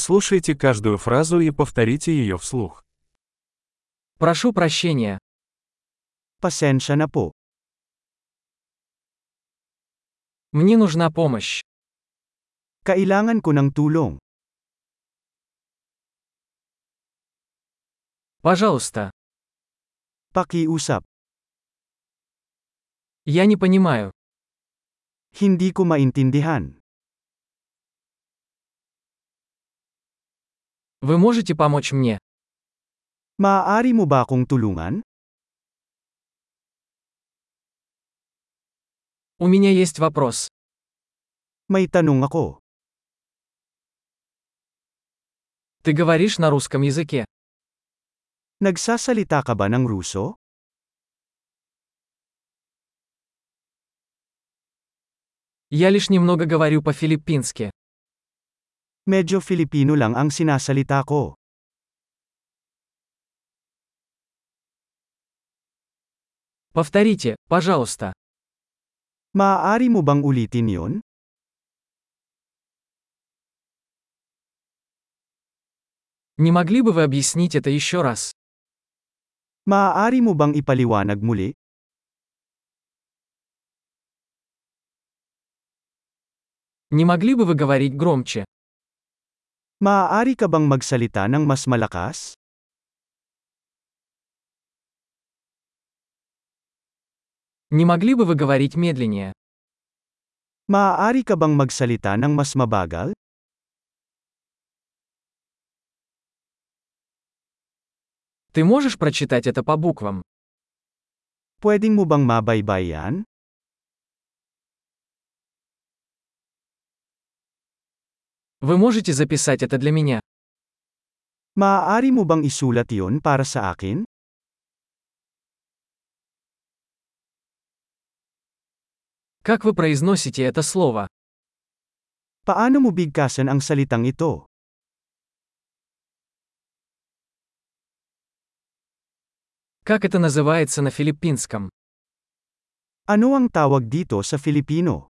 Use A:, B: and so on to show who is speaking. A: Прослушайте каждую фразу и повторите ее вслух.
B: Прошу прощения.
C: Pasensya na po.
B: Мне нужна помощь.
C: Kailangan ko ng tulong.
B: Пожалуйста.
C: Pakiusap.
B: Я не понимаю.
C: Hindi ko maintindihan.
B: Вы можете помочь мне?
C: Maaari mo ba akong tulungan?
B: У меня есть вопрос.
C: May tanong ako.
B: Ты говоришь на русском языке?
C: Nagsasalita ka ba ng Ruso?
B: Я лишь немного говорю по-филиппински.
C: Medyo Filipino lang ang sinasalita ko.
B: Повторите, пожалуйста.
C: Maaari mo bang ulitin yon?
B: Не могли бы вы объяснить это еще раз?
C: Maaari mo bang ipaliwanag muli?
B: Не могли бы вы говорить громче?
C: Maaari ka bang magsalita ng mas malakas?
B: Не могли бы вы говорить медленнее?
C: Maaari ka bang magsalita ng mas mabagal?
B: Ты можешь прочитать это по буквам?
C: Pwedeng mo bang mabaybayan?
B: Вы можете записать это для меня?
C: Maaari mo bang isulat yon para sa akin?
B: Как вы произносите это слово?
C: Paano mo bigkasan ang salitang ito?
B: Как это называется на филиппинском?
C: Ano ang tawag dito sa Filipino?